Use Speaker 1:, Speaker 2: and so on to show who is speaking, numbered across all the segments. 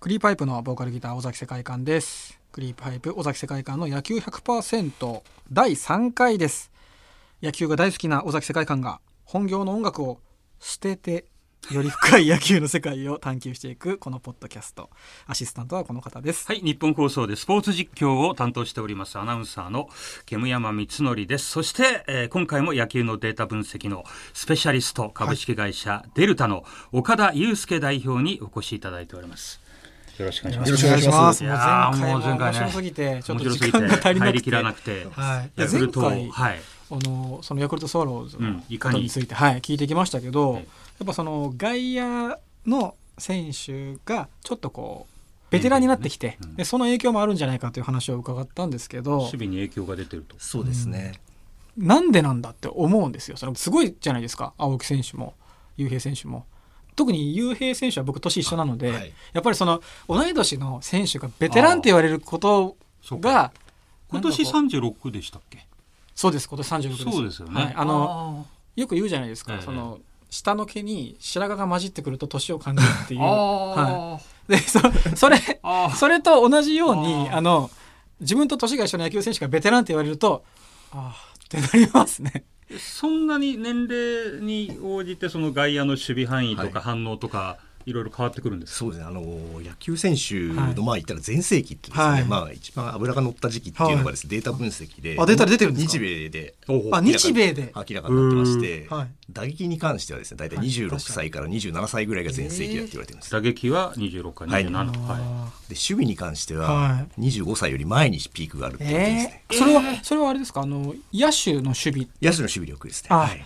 Speaker 1: クリーパイプのボーカルギター尾崎世界観ですクリーパイプ尾崎世界観の野球100%第3回です野球が大好きな尾崎世界観が本業の音楽を捨ててより深い野球の世界を探求していくこのポッドキャストアシスタントはこの方です、
Speaker 2: はい、日本放送でスポーツ実況を担当しておりますアナウンサーの煙山光則です。そして、えー今回も野球のデータ分析のスペシャリスト株式会社デルタの岡田祐介代表にお越しいただいております。よろしくお願いします。
Speaker 1: よろしくお願いします
Speaker 2: いやー
Speaker 1: もう前回も
Speaker 2: もう前回ね
Speaker 1: 面白すぎてちょっと
Speaker 2: 面白
Speaker 1: 時
Speaker 2: すぎ
Speaker 1: 間が足りな
Speaker 2: 入
Speaker 1: く
Speaker 2: り
Speaker 1: て
Speaker 2: きらなくて。
Speaker 1: はい
Speaker 2: ヤクルトを
Speaker 1: 前回
Speaker 2: はい。
Speaker 1: あのそのヤクルトスワローズ
Speaker 2: う
Speaker 1: の
Speaker 2: んいか
Speaker 1: こ
Speaker 2: に
Speaker 1: とについて、はい、聞いてきましたけど、
Speaker 2: はい
Speaker 1: やっぱその外野の選手がちょっとこうベテランになってきて、
Speaker 2: うん
Speaker 1: でその影響もあるんじゃないかという話を伺ったんですけど
Speaker 2: 守備に影響が出てると。
Speaker 3: そうですね、
Speaker 1: なんでなんだって思うんですよそのすごいじゃないですか青木選手も雄平選手も。特に雄平選手は僕年一緒なので、
Speaker 3: はい
Speaker 1: やっぱりその同い年の選手がベテランって言われること
Speaker 2: そうか
Speaker 1: が
Speaker 2: 今年
Speaker 1: なんかこう
Speaker 2: 三十六でしたっけ？
Speaker 1: そうです今年36です
Speaker 2: そうですよね。
Speaker 1: はいあの
Speaker 2: の
Speaker 1: よく言うじゃないですか、
Speaker 2: ええ
Speaker 1: その下の毛に白髪が混じってくると年を感じるっていう、は
Speaker 2: あー
Speaker 1: い、でそそれ
Speaker 2: あー
Speaker 1: それと同じように
Speaker 2: あー
Speaker 1: あの自分と年が一緒の野球選手がベテランって言われるとああってなりますね。
Speaker 2: そんなに年齢に応じてその外野の守備範囲と
Speaker 3: は
Speaker 2: か反応とかいろいろ変わってくるんですか、
Speaker 3: そうですねあの野球選手の、
Speaker 1: はい
Speaker 3: まあ言ったら全盛期ってですね、
Speaker 1: はい
Speaker 3: まあ一番脂が乗った時期っていうのがですね、データ分析で
Speaker 1: あデータで出てるんですか
Speaker 3: 日米で
Speaker 2: おうおう
Speaker 1: あ日米で
Speaker 3: 明らかになってまして、
Speaker 1: うんはい
Speaker 3: 打撃に関してはですね大体
Speaker 1: はい
Speaker 3: 26歳から27歳ぐらいが全盛期だって言われてるんです、
Speaker 2: 打撃は26か27
Speaker 3: あ
Speaker 2: はい、
Speaker 1: あ
Speaker 3: で守備に関して
Speaker 1: は
Speaker 3: は25歳より前にピークがあるっ
Speaker 1: ー
Speaker 3: て言われてるんで
Speaker 1: え
Speaker 3: すね、
Speaker 1: ー、それはそれはあれですかあの野手の守備
Speaker 3: 野手の守備力ですね、
Speaker 1: あ
Speaker 3: はい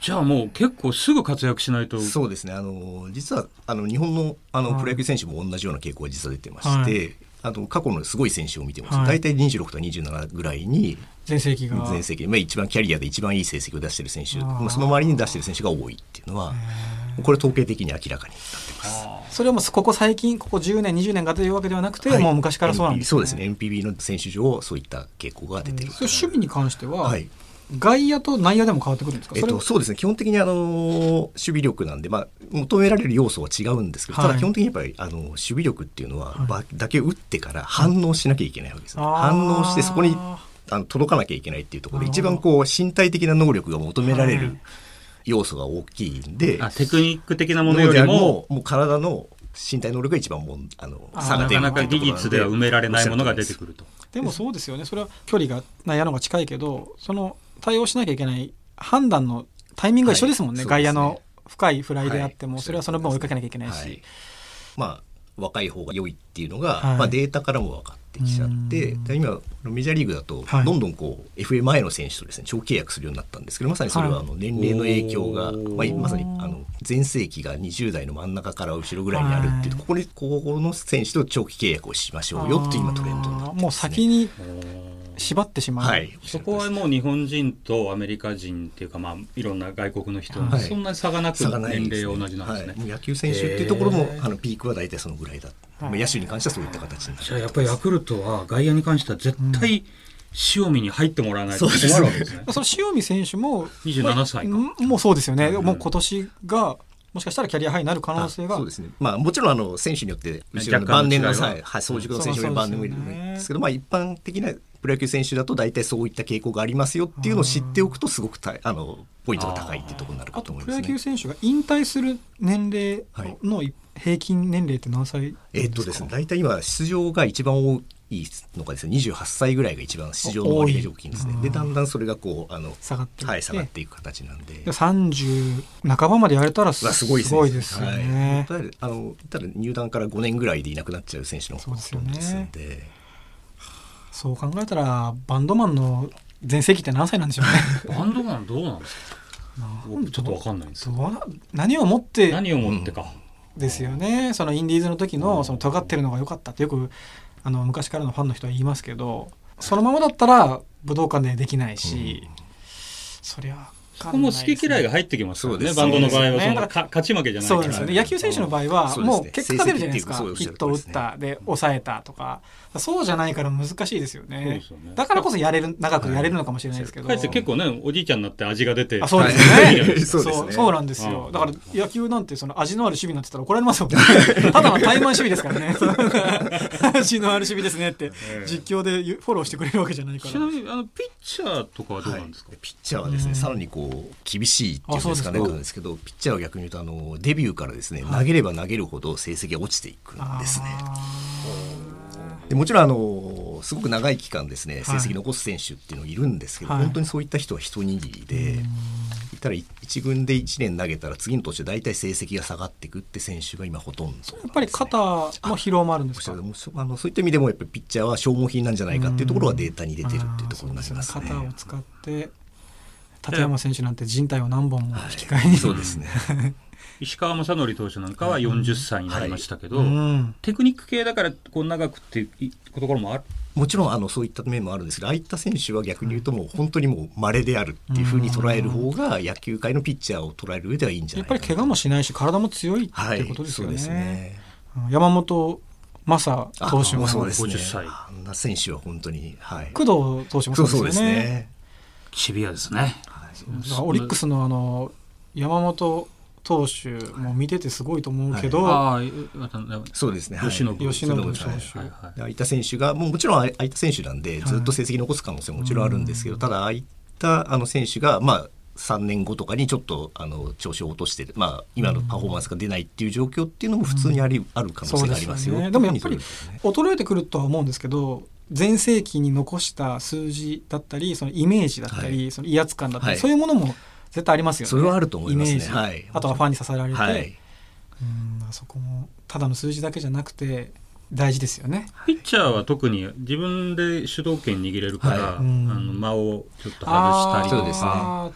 Speaker 2: じゃあもう結構すぐ活躍しないと
Speaker 3: そうですね。あの実はあの日本のあの
Speaker 1: はい
Speaker 3: プロ野球選手も同じような傾向が実は出てまして、
Speaker 1: は
Speaker 3: あの過去のすごい選手を見ても
Speaker 1: はい
Speaker 3: 大体26とか27ぐらいに
Speaker 1: 全盛期が
Speaker 3: 全盛期、まあ、一番キャリアで一番いい成績を出してる選手、
Speaker 1: あー
Speaker 3: まあ、その周りに出してる選手が多いっていうのは、これ統計的に明らかになってます。
Speaker 2: あ
Speaker 1: それはもうここ最近ここ10年20年がというわけではなくて、
Speaker 3: はい
Speaker 1: もう昔からそうなんです、
Speaker 3: NPB そうですね。NPB の選手上そういった傾向が出てる。
Speaker 1: それ守備に関しては、
Speaker 3: はい。
Speaker 1: 外野と内野でも変わってくるんですか、
Speaker 3: えっ
Speaker 1: それ
Speaker 3: と、そうですね基本的にあの守備力なんで、まあ、求められる要素は違うんですけど、
Speaker 1: はい
Speaker 3: ただ基本的にやっぱりあの守備力っていうのは、
Speaker 1: はい
Speaker 3: ばだけ打ってから反応しなきゃいけないわけですね、
Speaker 1: あー
Speaker 3: 反応してそこにあの届かなきゃいけないっていうところで
Speaker 1: なる
Speaker 3: 一
Speaker 1: ほど
Speaker 3: 番こう身体的な能力が求められ
Speaker 1: は
Speaker 3: る
Speaker 1: い
Speaker 3: 要素が大きいんで、
Speaker 2: あテクニック的なもの
Speaker 3: 脳
Speaker 2: よ
Speaker 3: で
Speaker 2: り
Speaker 3: あり
Speaker 2: も
Speaker 3: ももう体の身体能力が一番もんあの
Speaker 1: あー
Speaker 3: 差が
Speaker 2: な
Speaker 3: 出
Speaker 2: か
Speaker 3: る
Speaker 2: なか技術では埋められないものが出て
Speaker 3: る
Speaker 2: くると
Speaker 1: でもそうですよねそれは距離が内野の方が近いけどその対応しなきゃいけない判断のタイミングが一緒ですもんね,、
Speaker 3: はい
Speaker 1: 外野
Speaker 3: そうで
Speaker 1: の
Speaker 3: すね
Speaker 1: 深いフライであっても、
Speaker 3: はい
Speaker 1: それはその分追いかけなきゃいけないし、
Speaker 3: はいまあ若い方が良いっていうのが、
Speaker 1: はい
Speaker 3: まあ、データからも分かってきちゃって
Speaker 1: うん
Speaker 3: で今メジャーリーグだと
Speaker 1: はい
Speaker 3: どんどんこう FA 前の選手とですね長契約するようになったんですけどまさにそれ
Speaker 1: は
Speaker 3: はいあの年齢の影響が、
Speaker 2: お
Speaker 3: まあ、
Speaker 2: ー
Speaker 3: まさにあの全盛期が20代の真ん中から後ろぐらいにあるっていう
Speaker 1: は
Speaker 3: ここにここの選手と長期契約をしましょうよっていう今トレンドになってます、ね、
Speaker 1: もう先に
Speaker 2: おー
Speaker 1: 縛ってしまう、
Speaker 3: はい
Speaker 2: そこはもう日本人とアメリカ人っていうかまあいろんな外国の人、
Speaker 1: はい
Speaker 2: そんなに差がなく
Speaker 3: 差がない
Speaker 2: 年
Speaker 3: ですね
Speaker 2: 齢は同じなんですね、
Speaker 3: はいもう野球選手っていうところも、
Speaker 2: へー
Speaker 3: あのピークは大体そのぐらいだ、まあ、野手に関してはそういった形になる
Speaker 2: じゃあやっぱりヤクルトは外野に関しては絶対塩見に入ってもらわないと困るわけですね。
Speaker 1: その塩見選手も
Speaker 2: 27歳か
Speaker 1: まあんもうそうですよね、
Speaker 2: うん
Speaker 1: もう今年がもしかしたらキャリアハイになる可能性が
Speaker 3: あそうですね、まあ、もちろんあの選手によって後ろの晩年のさ
Speaker 2: 若干の違いは
Speaker 3: はい早熟の選手より晩年もいる
Speaker 1: そうそうそうですよね
Speaker 3: んですけど、まあ、一般的なプロ野球選手だと大体そういった傾向がありますよっていうのを知っておくとすごくたあのポイントが高いっていうところになるか
Speaker 1: あ
Speaker 3: と
Speaker 1: と
Speaker 3: 思い
Speaker 1: プ
Speaker 3: ま
Speaker 1: ロ野
Speaker 3: すね。
Speaker 1: 球選手が引退する年齢の平均年齢って何歳
Speaker 3: えっとですね、大体今出場が一番多いのがですね28歳ぐらいが一番出場の割合が大きいんですね
Speaker 1: 多い
Speaker 3: でだんだんそれがこうあの、
Speaker 1: 下がっていって
Speaker 3: はい、下がっていく形なんで
Speaker 1: で30半ばまでやれたらす
Speaker 3: はすごいですね。
Speaker 1: ごいですよ
Speaker 3: はい、やっ
Speaker 1: ね。
Speaker 3: ぱりあの言ったら入団から5年ぐらいでいなくなっちゃう選手のほとんどですんで。
Speaker 1: そう考えたらバンドマンの全盛期って何歳なんでしょうね。
Speaker 2: バンドマンどうなんですか僕ちょっとわかんないんです
Speaker 1: そ
Speaker 2: よ。
Speaker 1: うな何をもって
Speaker 2: 何を持ってか。
Speaker 1: ですよね。そのインディーズの時のその尖ってるのが良かったってよくあの昔からのファンの人は言いますけど、そのままだったら武道館でできないし、そりゃ
Speaker 2: ここも好き嫌いが入ってきますからね、バンドの場合はそのか勝ち負けじゃない
Speaker 1: そう
Speaker 2: か
Speaker 1: なんですよ
Speaker 2: ら
Speaker 1: ね
Speaker 2: ね。
Speaker 1: 野球選手の場合は
Speaker 3: そうですね
Speaker 1: もう結果が出るじゃないですか
Speaker 3: 成績って
Speaker 1: ヒ
Speaker 3: いう
Speaker 1: ッ
Speaker 3: か
Speaker 1: トを
Speaker 3: そう
Speaker 1: 打
Speaker 3: おっ
Speaker 1: っ
Speaker 3: しゃる通りですね
Speaker 1: たで抑えたとかそうじゃないから難しいですよ
Speaker 2: そうで
Speaker 1: ね
Speaker 2: すよね
Speaker 1: だからこそやれる長くやれるのかもしれないですけど
Speaker 2: かえって結構ねおじいちゃんになって味が出て
Speaker 1: あそうですよね、
Speaker 2: はい
Speaker 3: そうですね
Speaker 1: そうそうなんですよ、
Speaker 2: うん
Speaker 1: だから野球なんてその味のある守備なんて言ったら怒られますもん ねただの怠慢守備ですからね味のある守備ですねって実況でフォローしてくれるわけじゃないか
Speaker 2: ち
Speaker 1: ら
Speaker 2: なみにあのピッチャーとかはどうなんですか、
Speaker 3: ピッチャーはですね、さらにこう厳しいっていうんですかね
Speaker 1: あそうですか
Speaker 3: なんですけどピッチャーは逆に言うとあのデビューからですね、投げれば投げるほど成績が落ちていくんですね。でもちろんあのすごく長い期間ですね成績残す選手っていうのいるんですけど、
Speaker 1: はい
Speaker 3: 本当にそういった人は一握りで、いたら1軍で1年投げたら次の年で大体成績が下がっていくって選手が今ほとんどなんですね、
Speaker 1: やっぱり肩の疲労もあるんです
Speaker 3: そ
Speaker 1: か
Speaker 3: うあのそういった意味でもやっぱりピッチャーは消耗品なんじゃないかっていうところはデータに出てるっていうところになり
Speaker 1: あー
Speaker 3: ますね。
Speaker 1: そうですね肩を使って立山選手なんて人体を何本も引き換えに、
Speaker 3: そうですね。
Speaker 2: 石川正則投手なんかは40歳になりましたけど、
Speaker 1: うん
Speaker 2: テクニック系だからこう長くっていうところもある
Speaker 3: もちろんあのそういった面もあるんですけど、ああいった選手は逆に言うともう本当にもう稀であるっていうふうに捉える方が野球界のピッチャーを捉える上ではいいんじゃ
Speaker 1: や
Speaker 3: な
Speaker 1: っ
Speaker 3: い
Speaker 1: ぱ
Speaker 3: かな
Speaker 1: り怪我もしないし体も強いっ
Speaker 3: は
Speaker 1: て
Speaker 3: い、
Speaker 1: ことですよね,、
Speaker 3: そう
Speaker 1: 山本正
Speaker 3: あ
Speaker 1: 投手も
Speaker 3: そうですね。
Speaker 2: 50歳
Speaker 3: あんな選手は本当に、はい。
Speaker 1: 工藤投手も
Speaker 3: そう
Speaker 1: そ
Speaker 3: そうう
Speaker 1: で
Speaker 3: ですす
Speaker 1: よね
Speaker 3: ね。
Speaker 2: シビアですね。
Speaker 1: だからオリックスのあの山本投手も見ててすごいと思うけど、
Speaker 2: ああ、またね
Speaker 3: そうですね。はい
Speaker 2: 吉野部
Speaker 1: 由伸投手、
Speaker 3: は
Speaker 2: はい
Speaker 3: い
Speaker 2: はい
Speaker 3: ああいった選手がもうもちろんああいった選手なんでずっと成績残す可能性ももちろんあるんですけど、ただああいったあの選手がまあ3年後とかにちょっとあの調子を落としてる、まあ、今のパフォーマンスが出ないっていう状況っていうのも普通にあり、ある可能
Speaker 1: そう
Speaker 3: 性
Speaker 1: で
Speaker 3: があります
Speaker 1: す
Speaker 3: よ
Speaker 1: よねでもやっ
Speaker 3: って
Speaker 1: ぱ
Speaker 3: いうふう
Speaker 1: り
Speaker 3: に捉
Speaker 1: 衰
Speaker 3: える
Speaker 1: えてくるとは思うんですけど全盛期に残した数字だったりそのイメージだったり、その威圧感だったり、
Speaker 3: はい
Speaker 1: そういうものも絶対ありますよね
Speaker 3: それはあると思いますね
Speaker 1: イメージ
Speaker 3: はい
Speaker 1: あとはファンに支えられて、
Speaker 3: はい、
Speaker 1: うんあそこもただの数字だけじゃなくて大事ですよね
Speaker 2: ピッチャーは特に自分で主導権握れるから、
Speaker 3: はい
Speaker 2: あ
Speaker 1: うん
Speaker 2: の間をちょっと外したり
Speaker 3: そ
Speaker 2: と
Speaker 3: うですね
Speaker 2: か、
Speaker 1: あー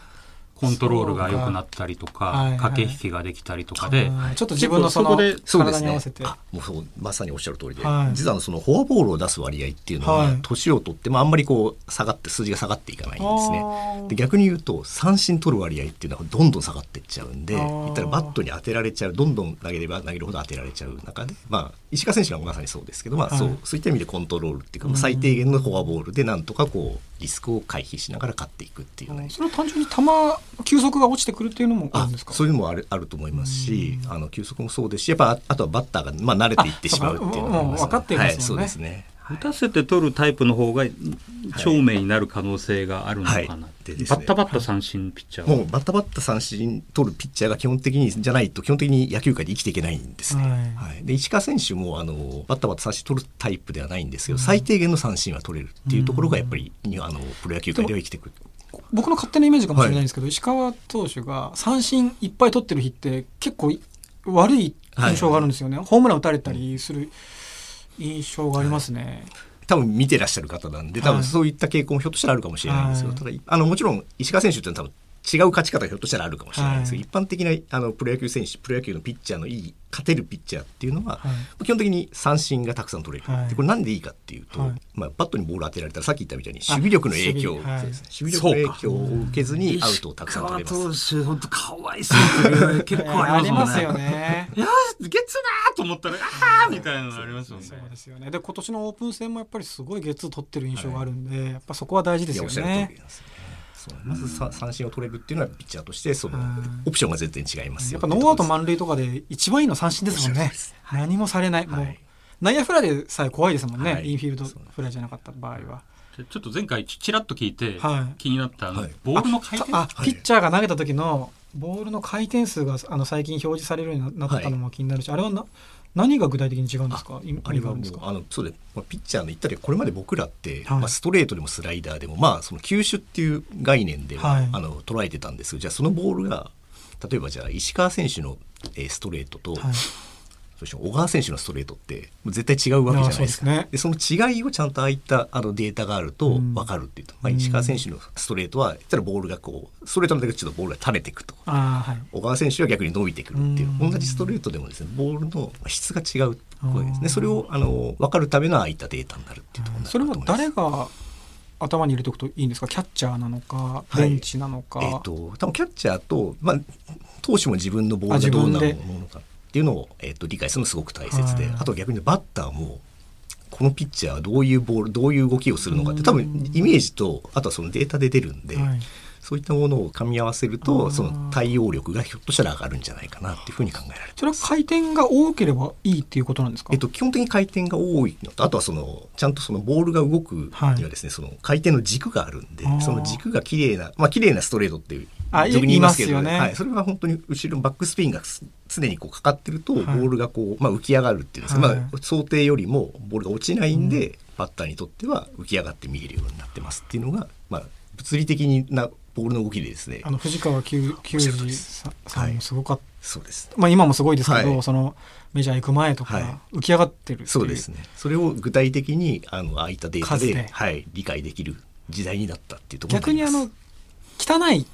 Speaker 2: コントロールが良くなったりと
Speaker 1: そう
Speaker 2: か
Speaker 1: か、
Speaker 2: 駆け引きができたりとかで、
Speaker 1: あーちょっと自分のその
Speaker 2: 結構
Speaker 3: そうで
Speaker 1: 体
Speaker 3: す
Speaker 1: に合
Speaker 3: ね
Speaker 1: わせて、
Speaker 3: あもうそうまさにおっしゃる通りで、
Speaker 1: はい
Speaker 3: 実はあのそのフォアボールを出す割合っていうの
Speaker 1: は
Speaker 3: はい年を取ってもあんまりこう下がって数字が下がっていかないんですね。
Speaker 1: あー
Speaker 3: で逆に言うと三振取る割合っていうのはどんどん下がっていっちゃうんで
Speaker 1: あー
Speaker 3: 言ったらバットに当てられちゃうどんどん投げれば投げるほど当てられちゃう中で、まあ、石川選手がまさにそうですけど、まあ
Speaker 1: はい
Speaker 3: そうそういった意味でコントロールっていうか、まあ最低限のフォアボールでなんとかこうリスクを回避しながら勝っていくっていうね。
Speaker 1: それは単純に球球速が落ちてくるっていうのもある
Speaker 3: あ
Speaker 1: んですか
Speaker 3: そういうのもあるあると思いますし、あの球速もそうですしやっぱああとはバッターが、まあ、慣れていってしまうっていうのがあり
Speaker 1: あ
Speaker 3: ま
Speaker 1: そうかもう分
Speaker 3: す
Speaker 1: かってますもんね
Speaker 3: はい、そうですね。
Speaker 2: 打たせて取るタイプの方が長命になる可能性があるのかな、
Speaker 3: はい
Speaker 2: バ
Speaker 3: でですね
Speaker 2: ッタバッタ三振ピッチャーは、
Speaker 3: もうバッタバッタ三振取るピッチャーが基本的にじゃないと基本的に野球界で生きていけないんですね。
Speaker 1: は
Speaker 3: はい、で石川選手もあのバッタバッタ三振取るタイプではないんですけど、最低限の三振は取れるっていうところがやっぱり、にあのプロ野球界では生きてくる。
Speaker 1: 僕の勝手なイメージかもしれないんですけど、石川投手が三振いっぱい取ってる日って結構い悪い印象があるんですよね、ホームラン打たれたりする印象がありますね、
Speaker 3: 多分見てらっしゃる方なんで
Speaker 1: はい
Speaker 3: 多分そういった傾向もひょっとしたらあるかもしれないんですよ、
Speaker 1: はい
Speaker 3: ただあのもちろん石川選手っていうのは多分違う勝ち方がひょっとしたらあるかもしれないんですけど、一般的なあのプロ野球選手プロ野球のピッチャーのいい勝てるピッチャーっていうのは、
Speaker 1: はい
Speaker 3: 基本的に三振がたくさん取れる、
Speaker 1: はい
Speaker 3: でこれなんでいいかっていうと、
Speaker 1: はい
Speaker 3: まあ、バットにボール当てられたらさっき言ったみたいに守備力の影響
Speaker 1: あ守備はい
Speaker 3: そうですね守備力の影響を受けずにアウトをたくさん取れます。
Speaker 2: 石川投手、本当かわいそうって結構
Speaker 1: あ
Speaker 2: あ
Speaker 1: り
Speaker 2: り
Speaker 1: ま
Speaker 2: ます
Speaker 1: すよ
Speaker 2: よね。
Speaker 1: ね
Speaker 2: いやー、ゲッツだーと思ったら、あーみたいなのありますよね。
Speaker 1: そうですよねで今年のオープン戦もやっぱりすごいゲッツー取ってる印象があるんで、やっぱそこは大事で
Speaker 3: い
Speaker 1: す
Speaker 3: やお
Speaker 1: よ
Speaker 3: っしゃる通りなん
Speaker 1: ね
Speaker 3: ですよねそうまずさ三振を取れるっていうのはピッチャーとしてその
Speaker 1: うん
Speaker 3: オプションが全然違います
Speaker 1: や
Speaker 3: よ
Speaker 1: っ
Speaker 3: って
Speaker 1: ぱ
Speaker 3: いう
Speaker 1: ノ
Speaker 3: と
Speaker 1: ー
Speaker 3: こ
Speaker 1: ア
Speaker 3: ろ
Speaker 1: ウト満塁
Speaker 3: です
Speaker 1: とかで一番いいのは三振ですもん
Speaker 3: おっしゃる
Speaker 1: ね
Speaker 3: 通りです
Speaker 1: 何もされない、もう
Speaker 3: はい
Speaker 1: 内野フライでさえ怖いですもんね、
Speaker 3: はい
Speaker 1: インフィールドフライじゃなかった場合は。
Speaker 2: ちょっと前回ちちらっと聞いて
Speaker 1: はい
Speaker 2: 気になったあの
Speaker 3: はい
Speaker 2: ボールの回転、
Speaker 1: あ、
Speaker 3: はい
Speaker 1: ピッチャーが投げた時のボールの回転数があの最近表示されるようになったのも気になるし、あれはな何が具体的に違うんですか意味
Speaker 3: あれ
Speaker 1: があ
Speaker 3: は
Speaker 1: るん
Speaker 3: も
Speaker 1: です
Speaker 3: う
Speaker 1: か
Speaker 3: あのそうで、まあ、ピッチャーの言ったらこれまで僕らって、
Speaker 1: はい
Speaker 3: まあ、ストレートでもスライダーでもまあその球種っていう概念では、
Speaker 1: はい
Speaker 3: あの捉えてたんですけどじゃあそのボールが例えばじゃあ石川選手の、えーストレートと、
Speaker 1: はい
Speaker 3: そして小川選手のストレートってもう絶対違うわけじゃないですか
Speaker 1: いや
Speaker 3: で
Speaker 1: そうですね
Speaker 3: その違いをちゃんとああいったあのデータがあると
Speaker 1: うん
Speaker 3: 分かるっていうと、まあ、石川選手のストレートは言ったらボールがこうストレートのだけちょっとボールが垂れていくと。
Speaker 1: あーはい
Speaker 3: 小川選手は逆に伸びてくるっていううん同じストレートでもですねボールの質が違うこれです
Speaker 1: あー
Speaker 3: ねそれをあの分かるためのああいったデータになるっていうところになる
Speaker 1: それは
Speaker 3: かと思います
Speaker 1: 誰が頭に入れておくといいんですかキャッチャーなのか
Speaker 3: は
Speaker 1: ベ
Speaker 3: い
Speaker 1: ンチなのか、
Speaker 3: えっ、と多分キャッチャーと、まあ、投手も自分のボールがどんな
Speaker 1: あ自分で
Speaker 3: ものかっていうのを、えっと理解するのすごく大切で、
Speaker 1: はい
Speaker 3: あと逆にバッターもこのピッチャーはどういうボールどういう動きをするのかって多分イメージとあとはそのデータで出るんで、
Speaker 1: はい
Speaker 3: そういったものを噛み合わせる
Speaker 1: あー
Speaker 3: とその対応力がひょっとしたら上がるんじゃないかなっていうふうに考えられて
Speaker 1: それは回転が多ければいいっていうことなんですか、
Speaker 3: えっと、基本的に回転が多いのとあとはそのちゃんとそのボールが動くにはですね、その回転の軸があるんで
Speaker 1: あー
Speaker 3: その軸が綺麗なまあ綺麗なストレートっていう
Speaker 1: あ
Speaker 3: 俗に
Speaker 1: い
Speaker 3: 言いますけど
Speaker 1: いますよね
Speaker 3: はい、それは本当に後ろのバックスピンがす常にこうかかってると、
Speaker 1: はい
Speaker 3: ボールがこう、まあ、浮き上がるっていうんですか、
Speaker 1: はい
Speaker 3: まあ、想定よりもボールが落ちないんで、バッターにとっては浮き上がって見えるようになってますっていうのが、まあ、物理的なボールの動きでですね
Speaker 1: あの藤川球球
Speaker 3: おっしゃる通り
Speaker 1: 児
Speaker 3: で
Speaker 1: さ
Speaker 3: す
Speaker 1: さんもすごかった、
Speaker 3: そうです
Speaker 1: まあ、今もすごいですけど、
Speaker 3: はい
Speaker 1: そのメジャー行く前と
Speaker 3: はい
Speaker 1: か浮き上がってるっていう
Speaker 3: そうですね。それを具体的にあのああいったデータ
Speaker 1: 数
Speaker 3: で
Speaker 1: で
Speaker 3: はい理解できる時代になったっていうところ
Speaker 1: 逆にあ
Speaker 3: ります
Speaker 1: の汚い球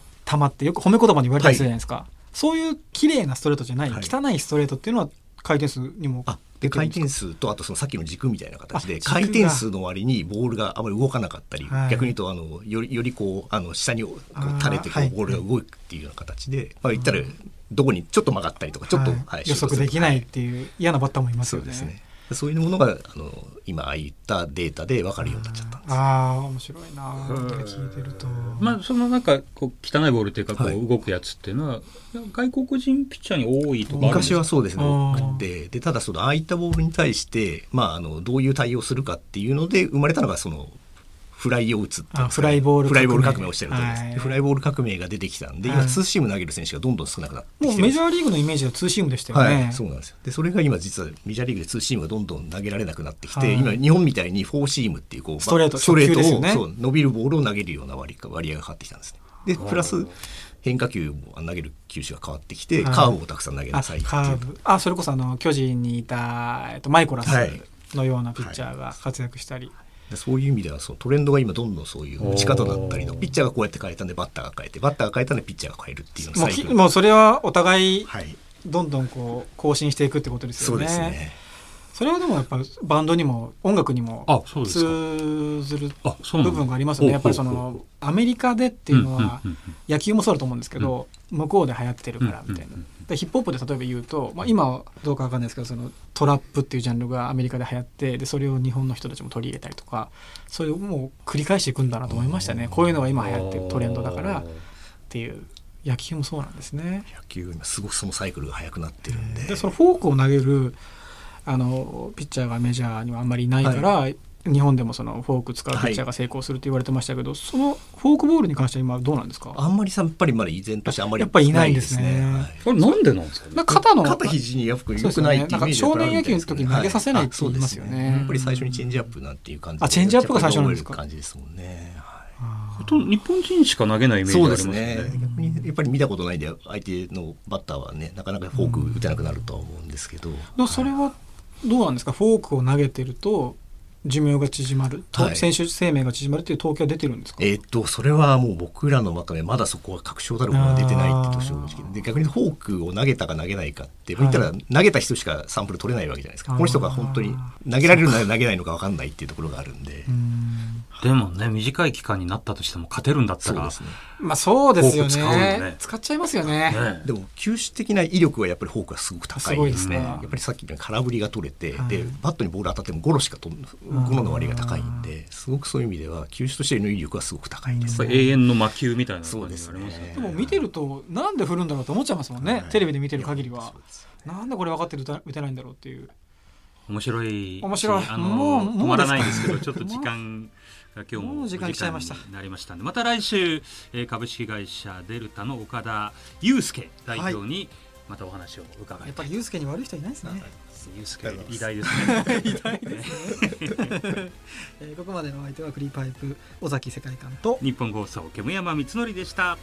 Speaker 1: ってよく褒め言葉で言われたりするじゃないですか、そういう綺麗なストレートじゃない、
Speaker 3: はい
Speaker 1: 汚いストレートっていうのは回転数にも
Speaker 3: あ
Speaker 1: 出
Speaker 3: で
Speaker 1: てる
Speaker 3: 回
Speaker 1: んです
Speaker 3: 転数とあとそのさっきの軸みたいな形
Speaker 1: あ
Speaker 3: で
Speaker 1: 軸が
Speaker 3: 回転数の割にボールがあまり動かなかったり、
Speaker 1: はい
Speaker 3: 逆に言うとあのよりよりこうあの下にこう
Speaker 1: あー
Speaker 3: 垂れてこ
Speaker 1: はいう
Speaker 3: ボールが動くっていうような形で、まあ言ったらどこにちょっと曲がったりとかちょっと、
Speaker 1: はい
Speaker 3: はい
Speaker 1: 予測できな
Speaker 3: はい
Speaker 1: っていう嫌なバッターもいます
Speaker 3: そ
Speaker 1: よ
Speaker 3: う
Speaker 1: ね。
Speaker 3: ですね。そういうものがあの今ああいったデータで分かるようになっちゃったんです。
Speaker 1: ああ面白いなあ
Speaker 2: うん
Speaker 1: 聞いてると、
Speaker 2: まあ、そのなんかこう汚いボールというかこ
Speaker 3: は
Speaker 2: う
Speaker 3: い
Speaker 2: 動くやつっていうのは、外国人ピッチャーに多いとかあるんです
Speaker 3: 昔
Speaker 2: か
Speaker 3: はそうですね
Speaker 1: うん
Speaker 3: 多くてでただそのああいったボールに対して、まあ、あのどういう対応するかっていうので生まれたのがそのフライを打つっていうんですか
Speaker 1: あ
Speaker 3: ね
Speaker 1: フライボール革命
Speaker 3: フライボール革命をしてるとりです、
Speaker 1: はい
Speaker 3: でフライボール革命が出てきたんで
Speaker 1: は
Speaker 3: 今
Speaker 1: い
Speaker 3: ツーシーム投げる選手がどんどん少なくなって
Speaker 1: も
Speaker 3: き
Speaker 1: う
Speaker 3: てるん
Speaker 1: メ
Speaker 3: で
Speaker 1: ジ
Speaker 3: す
Speaker 1: ャーリーグのイメージはツーシームでしたよね。
Speaker 3: はい、そうなんですよでそれが今実はメジャーリーグでツーシームがどんどん投げられなくなってきて、
Speaker 1: はい
Speaker 3: 今日本みたいにフォーシームっていうこう
Speaker 1: ストレート
Speaker 3: ストレー
Speaker 1: 直球ですよ
Speaker 3: トを、
Speaker 1: ね
Speaker 3: そう伸びるボールを投げるような割りか割合が変わってきたんですね。でプラス変化球も投げる球種が変わってきて、
Speaker 1: はい
Speaker 3: カーブをたくさん投げ
Speaker 1: あ
Speaker 3: な
Speaker 1: カ
Speaker 3: さいっていう
Speaker 1: ーブあそれこそあの巨人にいた、えっと、マイコラス
Speaker 3: はい
Speaker 1: のようなピッチャーが活躍したり、
Speaker 3: でそういう意味ではそのトレンドが今どんどんそういう打ち方だったりの
Speaker 2: おー
Speaker 3: ピッチャーがこうやって変えたんでバッターが変えてバッターが変えたんでピッチャーが変えるっていうの
Speaker 1: も
Speaker 3: が
Speaker 1: う
Speaker 3: 最
Speaker 1: き
Speaker 3: 近
Speaker 1: もうそれはお互い
Speaker 3: はい
Speaker 1: どんどんこう更新していくってことです
Speaker 3: そ
Speaker 1: よ
Speaker 3: う
Speaker 1: ね。
Speaker 3: ですね
Speaker 1: それはでもやっぱバンドにも音楽にも
Speaker 2: あそうですか
Speaker 1: 通ずる
Speaker 2: あそうな
Speaker 1: 部
Speaker 2: んだ
Speaker 1: 分がありますよね。やっぱりそ
Speaker 2: ほうほうほ
Speaker 1: のアメリカでっていうのは、
Speaker 2: うんうん
Speaker 1: 野球もそうだと思うんですけど、向こうで流行ってるからみたいな、
Speaker 2: うんうんうん
Speaker 1: でヒップホップで例えば言うと、まあ、今はどうかわかんないですけどそのトラップっていうジャンルがアメリカで流行ってでそれを日本の人たちも取り入れたりとかそれをもう繰り返していくんだなと思いましたねこういうのが今流行ってるトレンドだからっていう野球もそうなんですね。
Speaker 3: 野球今すごくそのサイクルが速くなってるんで
Speaker 1: でそのフォークを投げるあのピッチャーがメジャーにはあんまりいないから、日本でもそのフォーク使うピッチャーが成功すると言われてましたけど、そのフォークボールに関しては今どうなんですか
Speaker 3: あんまりさやっぱりまだ依然としてあんまり
Speaker 1: やっぱりいないんですね
Speaker 3: はい
Speaker 2: これなんでなんですかね
Speaker 1: なんか肩の
Speaker 3: 肩肘にやっぱり
Speaker 1: そう
Speaker 3: 良
Speaker 1: です
Speaker 3: く
Speaker 1: よ
Speaker 3: ない
Speaker 1: ね
Speaker 3: っていうイメージがやっぱりあるみたいですけ
Speaker 1: なんか少年
Speaker 3: ど
Speaker 1: 野球の時に投げさせないって言いますよね
Speaker 3: はそうでやっぱり最初にチェンジアップなんていう感じで
Speaker 1: あチェンジアップが最初なんですか
Speaker 3: やっぱり覚える感じですもんねは
Speaker 2: ほ
Speaker 3: い
Speaker 2: とんど日本人しか投げないイメージが
Speaker 3: そ
Speaker 2: あ
Speaker 3: う
Speaker 2: り
Speaker 3: で
Speaker 2: ます
Speaker 3: す
Speaker 2: よね
Speaker 3: ね。逆にやっぱり見たことないんで相手のバッターはねなかなかフォーク打てなくなるとは思うんですけど、
Speaker 1: でもそれはどうなんですか、フォークを投げてると寿命が縮まる、と
Speaker 3: はい
Speaker 1: 選手生命が縮まるっていう統計は出てるんですか、
Speaker 3: えーっとそれはもう僕らの中でまだそこは確証たるものは出てないってと正直で逆にフォークを投げたか投げないかって
Speaker 1: はい
Speaker 3: 言ったら投げた人しかサンプル取れないわけじゃないですか
Speaker 1: あー
Speaker 3: この人が本当に投げられるのか投げないのか分かんないっていうところがあるんで
Speaker 1: うーん
Speaker 2: でもね短い期間になったとしても勝てるんだった
Speaker 3: そう
Speaker 2: ら
Speaker 3: ですね
Speaker 1: まあそうですよね
Speaker 2: フォーク使うよね
Speaker 1: 使っちゃいますよね
Speaker 2: ね
Speaker 3: でも球種的な威力はやっぱりフォークがすごく高
Speaker 1: すごいで
Speaker 3: いですす
Speaker 1: ね
Speaker 3: ねやっぱりさっきのように空振りが取れて、
Speaker 1: はい
Speaker 3: でバットにボール当たってもゴロしかとゴロの割合が高いんですごくそういう意味では球種としての威力はすごく高いで
Speaker 2: やっ
Speaker 3: す
Speaker 2: ぱ
Speaker 3: ね。
Speaker 2: り永遠の魔球みたいな
Speaker 3: そう
Speaker 2: 感
Speaker 3: で
Speaker 2: じ
Speaker 3: す
Speaker 2: があり
Speaker 3: ね
Speaker 2: ますよね。
Speaker 1: でも見てるとなんで振るんだろうと思っちゃいますもんね、
Speaker 3: はい
Speaker 1: テレビで見てる限り
Speaker 3: いや
Speaker 1: は
Speaker 3: そうです
Speaker 1: なんでこれ分かってる打てないんだろうっていう
Speaker 2: 面白いし
Speaker 1: 面白い
Speaker 2: あの
Speaker 1: もうもう
Speaker 2: 止まらないですけどちょっと時間が今日
Speaker 1: も
Speaker 2: も
Speaker 1: う時間来ちゃいました
Speaker 2: お時間になりましたんでまた来週、えー株式会社デルタの岡田祐介代表にまたお話を伺
Speaker 1: や
Speaker 2: い
Speaker 1: っぱ
Speaker 2: たい
Speaker 1: りユースケに悪い人いないですね、
Speaker 2: 祐介偉大ですね
Speaker 1: えーここまでのお相手はクリーパイプ尾崎世界観と
Speaker 2: 日本放送煙山光則でした